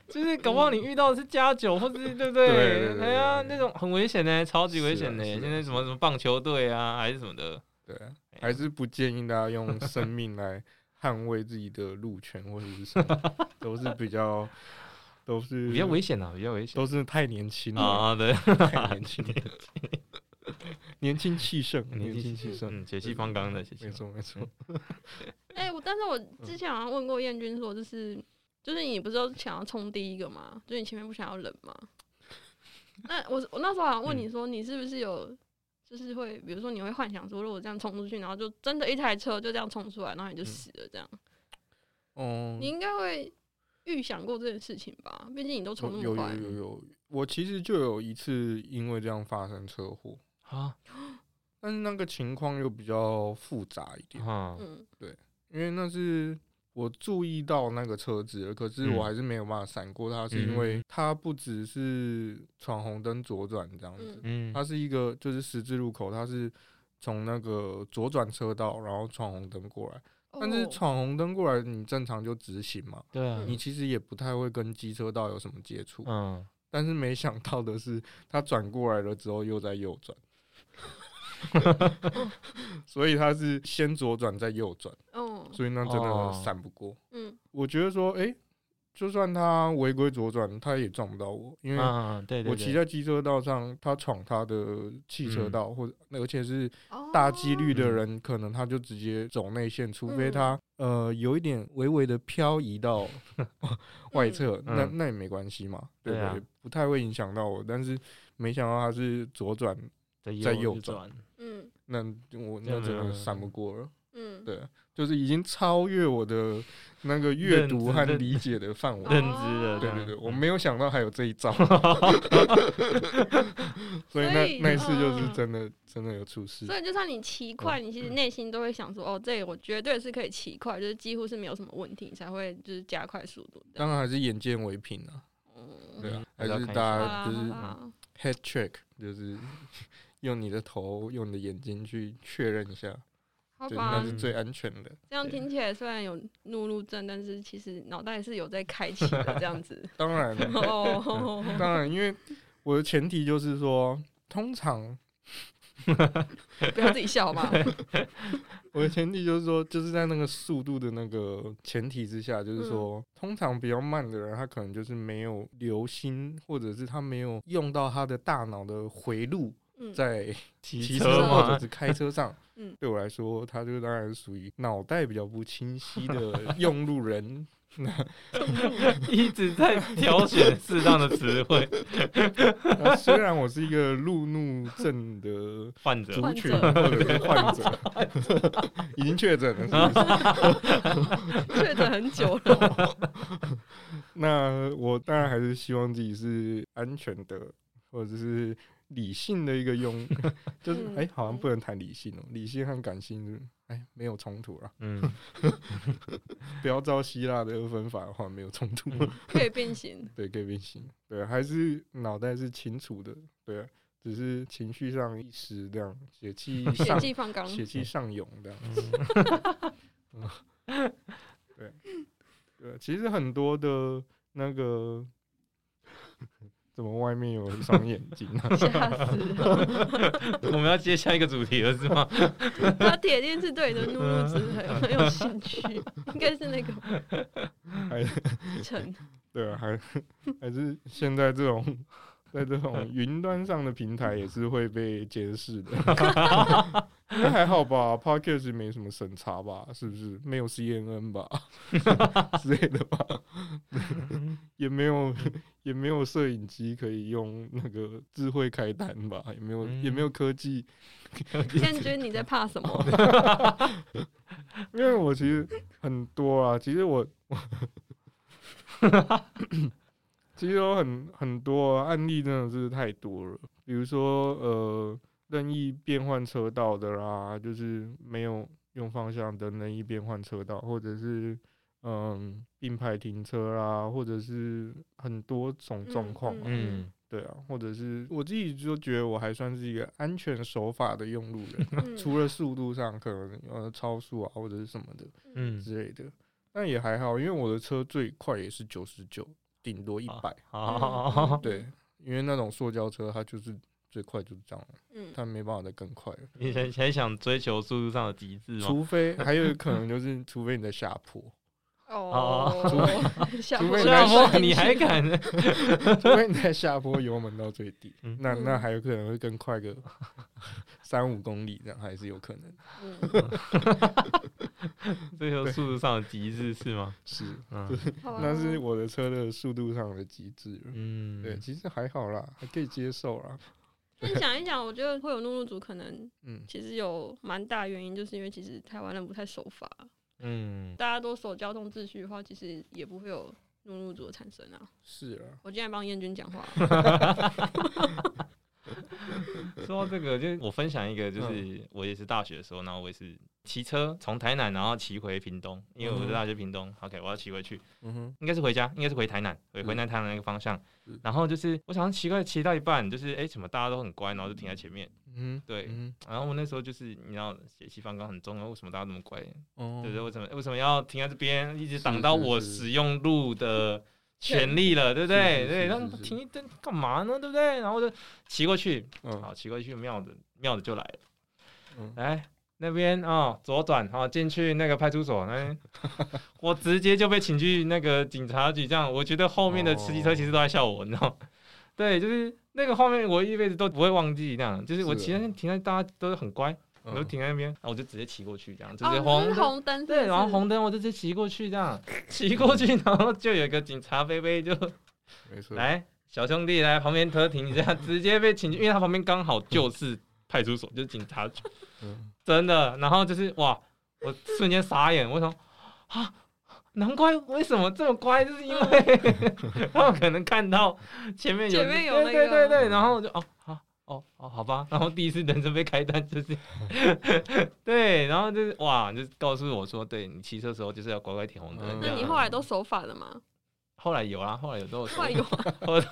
就是搞不好你遇到的是加九，或者是对不
嗯对对对对
哎呀，那种很危险的，超级危险的。
是啊是啊
现在什么什么棒球队啊，还是什么的，
对，还是不建议大家用生命来捍卫自己的路权或者是什么，都是比较都是
比较危险啊，比较危险
都是太年轻了，
啊。对，
太年轻了，年轻气盛，
年
年
轻
轻气盛，
嗯，血气方刚的，血气
没错没
嗯
错，
哎、我但是我
嗯
之前好像问过燕君说，就是就是你不是都想要冲第一个吗？就是你前面不想要忍吗？那我我那时候好像
嗯
问你说，你是不是有就是会，比如说你会幻想说，如果这样冲出去，然后就真的一台车就这样冲出来，然后你就死了这样，
嗯
你应该会预想过这件事情吧？毕竟你都冲那
有
么
有
快
有，有有，我其实就有一次因为这样发生车祸，
啊
但是那个情况又比较复杂一点，
啊
嗯，
因为那是我注意到那个车子了，可是
嗯
我还是没有办法闪过它，是因为它不只是闯红灯左转这样子，
嗯
它是一个就是十字路口，它是从那个左转车道然后闯红灯过来，但是
哦
闯红灯过来你正常就直行嘛，
对啊
嗯，
你其实也不太会跟机车道有什么接触，
嗯，
但是没想到的是，他转过来了之后又在右 转，所以他是先左转再右转，
哦，
所以那真
哦
的闪不过。
嗯，
我觉得说，诶，就算他违规左转，他也撞不到我，因为
嗯，对对，
我
对
骑在机车道上，他闯他的汽车
嗯
道，或者而且是
哦
大几率的人，可能他就直接走内线，除非他呃有一点微微的漂移到外侧，
嗯
那
嗯
那也没关系嘛，对
对
不
啊
对？不太会影响到我，但是没想到他是左转，
在
在
右
右转
转，
嗯
那我
这样
那真
没有
的闪不过了，
嗯，
对，就是已经超越我的那个阅读和
认啊嗯知
理解的范围
哦。
认知的，
对
这样
对对，我没有想到还有这一招，所以
所
那
以
那一次就是
嗯
真的真的有出事。
所以就算你骑快，
嗯
你其实内心都会想说，哦，这个我绝对是可以骑快，就是几乎是没有什么问题，你才会就是加快速度这样。
当然还是眼见为凭啊，
嗯，
对啊
嗯，
还
还是
是
要看一下
好
大
啦
家就是
好啊啦
head check，就是用你的头，用你的眼睛去确认一下。
好
对，
吧
那，是最安全的。
这样听起来虽然有怒路症，但是其实脑袋是有在开启的，这样 子
当 然了，
哦。
当然，因为我的前提就是说，通常
不要自己笑 嘛，
我的前提就是说，就是在那个速度的那个前提之下，就是说，
嗯
通常比较慢的人，他可能就是没有留心，或者是他没有用到他的大脑的回路
嗯，
在
骑
骑
车
车或
嘛
者，是开车上。
嗯
对我来说，他就当然是属于脑袋比较不清晰的用路人。
一直在挑选适当的词汇，
那虽然我是一个路怒症的
患者
族群
患
或者 是患者，已经确诊了，是不是
确诊很久了，
那我当然还是希望自己是安全的，或者是理性的一个用， 就是
嗯
哎、好像不能谈理性哦、理性和感性哎、没有冲突了，
嗯，
不要照希腊的二分法的话没有冲突，
嗯
可以并行。
对，可以并行，对，还是脑袋是清楚的，对啊，只是情绪上一时这样， 血气
血
上
气方刚，
血气上涌这样。对，对，其实很多的那个， 怎么外面有一双眼睛啊？
吓死了！
我们要接下一个主题了是 吗？
他铁定是对你的怒路值很很有兴趣，应该是那 个
还
陈
对啊，还还是现在这种。在这种云端上的平台也是会被监视的，那还好吧？Podcast 没什么审查吧？是不是？没有 CNN 吧 之类的吧？也没有也没有摄影机可以用那个智慧开单吧？也没有、也没有科技，
建军，你在怕什么？
因为我其实很多啊，其实我我其实有很很多、啊、案例，真的是太多了。比如说呃，任意变换车道的啦，就是没有用方向灯任意变换车道，或者是嗯并排停车啦，或者是很多种状况、啊。
嗯，
对啊，或者是我自己就觉得我还算是一个安全守法的用路人，
嗯
除了速度上可能呃超速啊或者是什么的
嗯，
之类的，那也还好，因为我的车最快也是九十九，顶多一
啊
百。
嗯
好，
啊对，因为那种塑胶车它就是最快就是这样了，
嗯，
它没办法再更快了，
你很很想追求速度上的极致吗？
除非还有可能就是除非你在下坡，
哦，吓
啊除
不
非
虽
你 在
吓
然说
不
你还敢，
除非你在下坡油门到最低，
嗯
那那
嗯
还有可能会更快个三五公里这样还是有可能。
嗯
追求速度上的极致是吗？
是，
嗯
好啊
那是我的车的速度上的极致了。
嗯，
对，其实还好啦，还可以接受啦。
先讲一讲，我觉得会有怒路族，可能
嗯，
其实有蛮大原因，就是因为其实台湾人不太守法，
嗯，
大家都守交通秩序的话，其实也不会有怒路族的产生啊。
是啊，
我今天帮燕军讲话，
说到这个，就是我分享一个，就是我也是大学的时候，然后我也是骑车从台南，然后骑回屏东，因为我
嗯哼
在大学屏东，OK，我要骑回去，
嗯哼，
应该是回家，应该是回台南，回
嗯
回南台南那个方向
嗯。
然后就是我想奇怪，骑到一半就是哎、怎么大家都很乖，然后就停在前面。
嗯哼，
对
嗯
然后我那时候就是你知道血气方刚很重要，啊为什么大家那么乖？
哼，
对不对？
哦，
为什么为什么要停在这边，一直
是
挡到
是
我
是
使用路的权利了，对不
是
对？
是
对，
是
让
是
他
是
停一等干嘛呢？对不对？然后就骑过去，
嗯
好，骑过去庙子，庙子就来了。
嗯，
来那边哦，左转哦，进去那个派出所那 边，我直接就被请去那个警察局。这样，我觉得后面的司机车其实都在笑我，你知道
哦
吗？对，就是那个画面，我一辈子都不会忘记。这样，就是我
是啊
骑在那停在大家都很乖，我
嗯
都停在那边，然后我就直接骑过去，这样，直
哦，
接
你
红
是
灯。
红灯，
对，然后，红灯我就直接骑过去，这样骑过去，然后就有一个警察贝贝就
没错，
来，小兄弟来旁边车停一下，直接被请进，因为他旁边刚好就是 派出所，就是警察局。
嗯，
真的。然后就是哇，我瞬间傻眼，我想啊，难怪为什么这么乖，就是 因为他们可能看到前面有
前面有那个
对对对对，然后我就哦好。哦哦，好吧，然后第一次人生被开单就是， 对，然后就是哇，就是告诉我说，对你骑车的时候就是要乖乖停红灯啊
嗯。
这
那
样
你后来都守法了吗？
后来有啊，后来有都有
换一个话，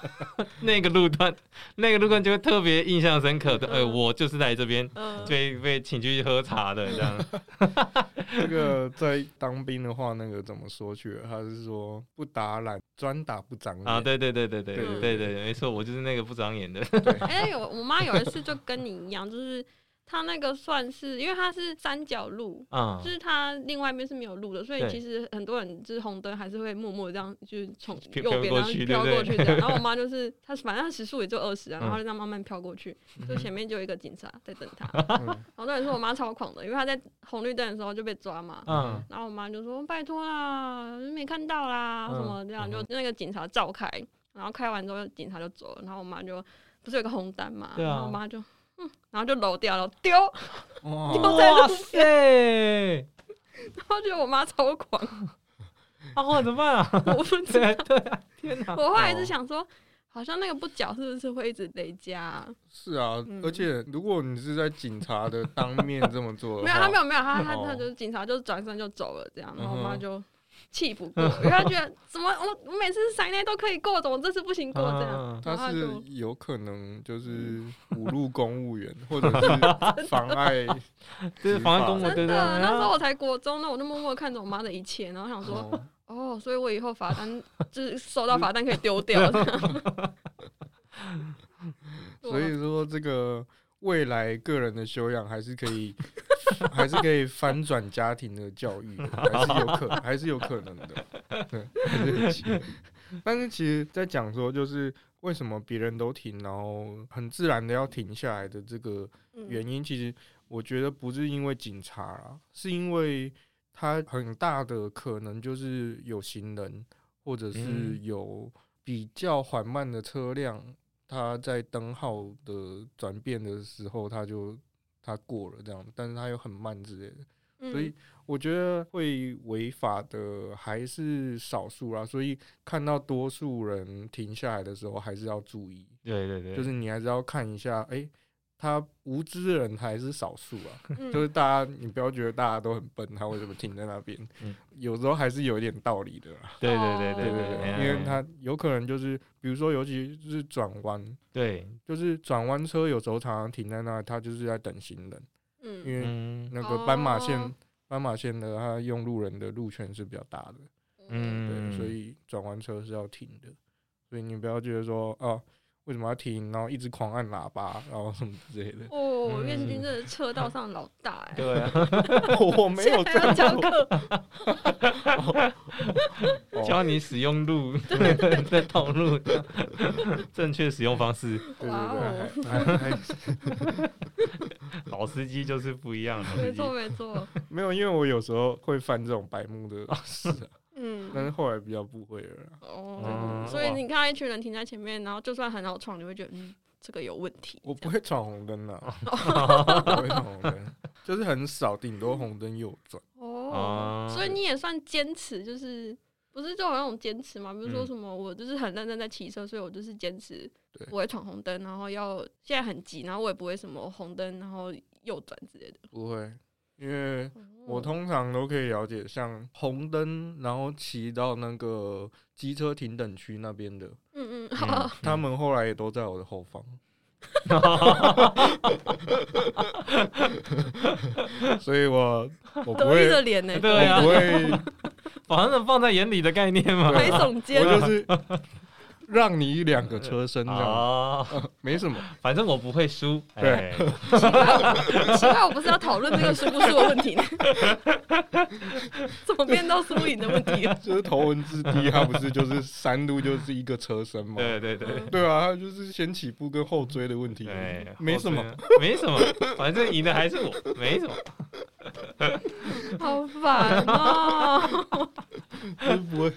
那个路段，那个路段就会特别印象深刻的。呃，我就是在这边
嗯，
被被请去喝茶的这样。
这个在当兵的话，那个怎么说去了？他是说不打懒，专打不长眼
啊，对对对对对
对
对
对
对对，没错，我就是那个不 长眼的。
哎、有我妈有一次就跟你一样，就是她那个算是，因为它是三角路，
啊
就，是它另外一边是没有路的，所以
对
其实很多人就是红灯还是会默默地这样，就是从
飘
右边
飘过
然后
去
飘
对不
过去
对
这样。然后我 妈就是她，反正她时速也就二十啊，
嗯
然后就这样慢慢飘过 去，就前面就有一个警察在等她。
嗯
然后那也是我妈超狂的，因为她在红绿灯的时候就被抓嘛。
嗯，
然后我妈就说：“拜托啦，没看到啦，
嗯
什么这样。
嗯哼
就那个警察照开，然后开完之后警察就走了。然后我妈就不是有个红单嘛，
对啊
然后我妈就嗯，然后就揉掉了丢，
嗯
哇，
就哦在
哇
路
塞，
然后觉得我妈超狂。
啊，后来怎么 办啊？
我不 知
对对啊，天 哪！
我后来
哦
是想说，好像那个不缴是不是会一直累加、
是啊，
嗯
而且如果你是在警察的当面这么做的
没有，
话，
他没有没有，他他
哦
他就是警察就转身就走了这样。然后我
嗯
妈
哼
就气不 过，因为她觉得怎么我我每次塞内都可以过，怎么这次不行过这样？
啊
然后
他
她
是
就嗯
有可能就是侮辱公务员， 或者是妨碍
这是妨碍公务，对
真
对对。
的，那时候
啊
我才国中，那我就默默看着我妈的一切，然后想说，
哦
哦，所以我以后罚单就是收到罚单可以丢掉。这样 啊
所以说这个未来个人的修养还是可以，还是可以翻转家庭的教育的，还是有可，还是有可能的。对，还是有机会但是其实，在讲说就是为什么别人都停，然后很自然的要停下来的这个
嗯
原因，其实我觉得不是因为警察啦，是因为他很大的可能就是有行人，或者是
嗯
有比较缓慢的车辆，他在灯号的转变的时候，他就他过了这样，但是他又很慢之类的。
嗯
所以我觉得会违法的还是少数啦，所以看到多数人停下来的时候，还是要注意，
对对对，
就是你还是要看一下，诶，他无知的人还是少数 啊，
嗯
就是大家你不要觉得大家都很笨，他为什么停在那边
嗯？
有时候还是有一点道理的啦，
对对对
哦
对
对
对
对
对，
对，
因为他有可能就是，比如说尤其是转弯，
对，
就是转弯车有时候常常停在那，他就是在等行人，
嗯
因为
嗯
那个斑马线，
哦
斑马线的它用路人的路权是比较大的，
嗯。
对，
嗯，
所以转弯车是要停的，所以你不要觉得说啊，为什么要停，然后一直狂按喇叭，然后什么之类的
哦，
嗯
愿君真的车道上老大哎、
对啊，
我没
现
有
在还要
这
讲课，
样，
教你使用路 的道路 正确使用方式，
对
哇哦，
对对 还，还还
老司机就是不一样，老
没
司机
错没错，
没有，因为我有时候会犯这种白目的事啊，但是
嗯，
后来比较不会了啦。
哦
嗯，
所以你看到一群人停在前面，然后就算很好闯，你会觉得嗯，这个有问题。
我
这
不
样
会闯红灯啊， 我不会闯红灯，就是很少，顶多红灯右转。
哦
啊，
所以你也算坚持，就是不是就有那种坚持嘛？比如说
嗯
什么，我就是很认真在骑车，所以我就是坚持
对
不会闯红灯，然后要现在很急，然后我也不会什么红灯，然后右转之类的。
不会，因为我
哦
通常都可以了解，像红灯，然后骑到那个机车停等区那边的，
嗯嗯，
嗯
他们后来也都在我的后方，所以我我不
得意
会，
的脸呢，
对
我
啊
不，会，
反正放在眼里的概念嘛。
抬耸肩，
我就是让你一两个车身 这样，
啊，
没什么。
反正我不会输。
对
哎，
奇怪，我不是要讨论这个输不输的问题呢？ 怎么变到输赢的问题了？
就是头文字 D，它不是就是山路就是一个车身嘛？
对对对。哎
对啊，它就是先起步跟后追的问题
对，，
没什么。
后面，没什么，反正赢的还是我，没什么。
好烦哦！
就是不会。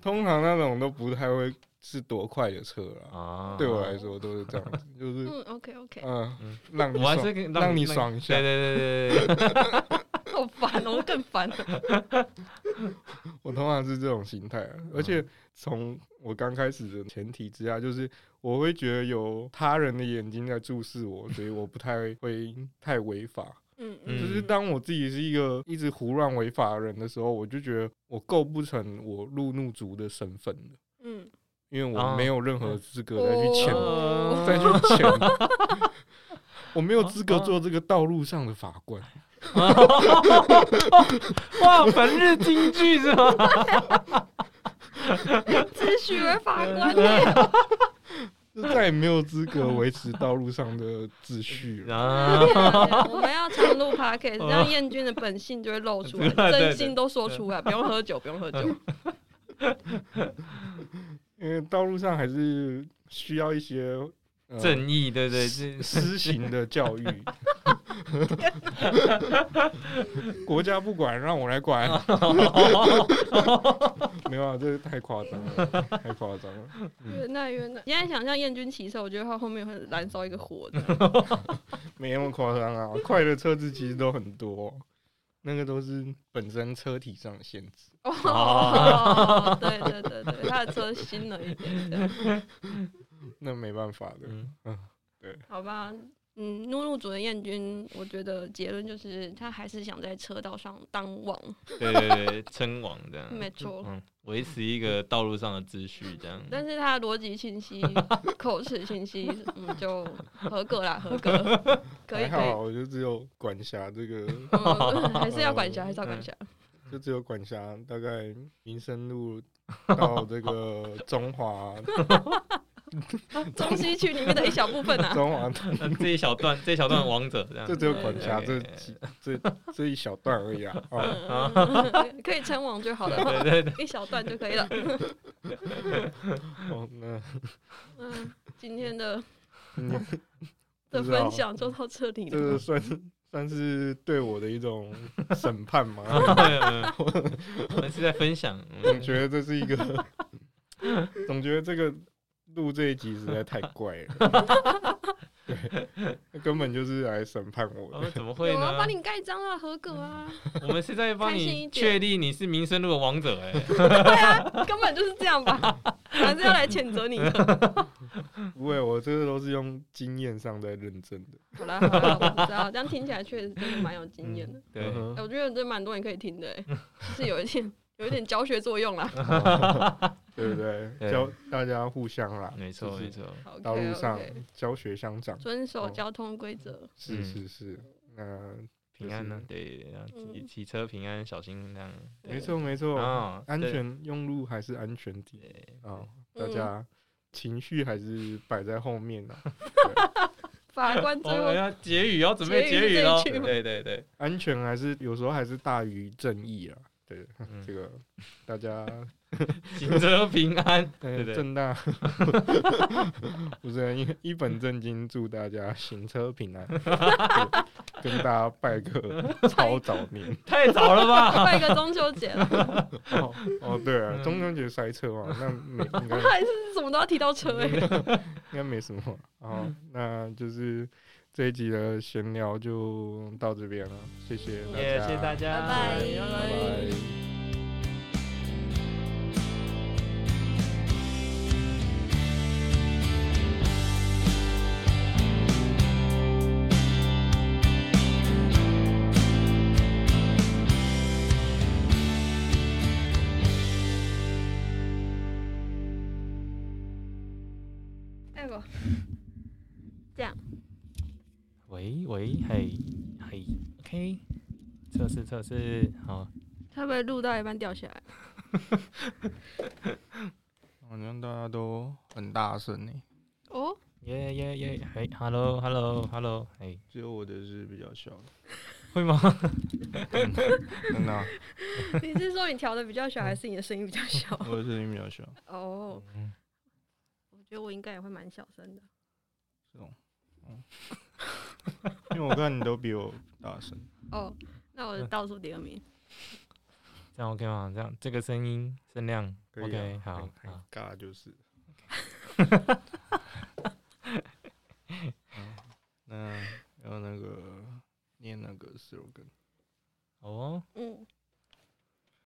通常那种都不太会是多快的车 啦，
啊
对我来说都是这样子，就 是
嗯，OK OK，
嗯
嗯，
让你
我还
爽
是可以
让你
那个
爽一下
对。对对对对对，
好烦哦，我更烦了。
我通常是这种心态啊，而且从我刚开始的前提之下，就是我会觉得有他人的眼睛在注视我，所以我不太会太违法。
嗯
嗯
就是当我自己是一个一直胡乱违法的人的时候，我就觉得我构不成我路怒族的身份了。因为我没有任何资格再去
钱
潜、
哦
再去潜，我没有资格做这个道路上的法官。
哇，本日金句是吗？
自诩为法 官呢？
就再也没有资格维持道路上的秩序了。
啊，
我们要常 录 podcast，这样燕君的本性就会露出来，
哦对对对
真心都说出来，不用喝酒，不用喝酒。
因为道路上还是需要一些、呃、
正 义，对对是，
施行的教育。国家不管，让我来管。 没有啊，这个太夸张了，太夸张了。
原来原来，现在想象燕君骑车，我觉得他后面会燃烧一个火 的。
没那么夸张啊，快的车子其实都很多，那个都是本身车体上的限制。
啊
哦，对对对对，他的车新了一点，这样
那没办法的。
嗯
好吧。嗯，露露主的燕君，我觉得结论就是他还是想在车道上当王，
对对对，称王这样，
没错。
嗯，维持一个道路上的秩序这样。
但是他的逻辑清 晰，口齿清晰，嗯，就合格啦，合格，可以
还
可以
好，我就只有管辖这个，
嗯，还是要管辖，还是要管辖。
就只有管辖大概民生 路到这个中华
嗯
中西区里面的一小部 分啊，
中华，
那呃这一小段，这一小段王者这样
就，只有管辖 这
对对嗯
几这这一小段而已啊。哦，
嗯可以称王就好了，
对 对对，
一小段就可以了。
哦 那
嗯，今天的
嗯
的分享嗯就到这里
这个
了。啊
算是算是对我的 一种审判嘛？
嗯我们是在分享，
总
嗯
觉得这是一个，总觉得这个录这一集实在太怪了， 对，根本就是来审判
我
我的
们。怎么会
有
呢
啊，？帮你盖章啊，合格啊，
我们是在帮
开心一
你
点
确立你是民生路的王者， 哎，
根本就是这样吧，还是要来谴责你的。
嗯
不会，我这个都是用经验上在认证的。
好啦好啦，我知道，这样听起来确实真的蛮有经验的。
对
嗯，哼
哎我觉得这蛮多人可以听的，哎就是有一点有一点教学作用啦。
对不对？
对嗯
教大家互相啦，
没错
就是
没错，
道
OK
路上哦
OK，
教学相长，
遵守交通规则。
是
嗯
是是，那
平安呢
就？
对，然后骑
嗯
骑车平安，小心这样。
对
没错没错，
啊，
安
对
全用路还是安全第一
对
啊，大
嗯
家情绪还是摆在后面啊，
法官最
我们
后
要哦哎结语，要准备
结
结
语
语
是
喽。
这一句吗
对对 对，
安全还是有时候还是大于正义啊。对，
嗯
这个大 家
行车平安。
呃
对对
正 大不是一一本正经，祝大家行车 平安，对跟大家拜个超早 年。
太早了吧？
快一个中秋节了，
哦哦，对啊，
嗯
中秋节塞车嘛，那没应该
还是什么都要提到车哎。
应该没什么。好，那就是这一集的闲聊就到这边了，谢谢 大
耶，
家，
谢谢大家，
拜
哎
拜
拜拜。
哎呦，
喂喂，嘿嘿，OK，测试测试，好，
会不会录到一半掉下来？
好像大家都很大声欸呢，
哦，
耶耶耶，嘿，Hello Hello Hello，哎，
只有我的是比较小的，
会吗？
真 的啊，
你是说你调的比较小，还是你的声音比较小？
我的声音比较小。
哦，
嗯
我觉得我应该也会蛮小声的。
因为我看你都比我大声。
哦，那我倒数第二名。
这样 OK 吗？这样这个声音声量
可以啊
OK，好
很
好
很，尬就是。好那要那个念那个 slogan，
好哦，
嗯，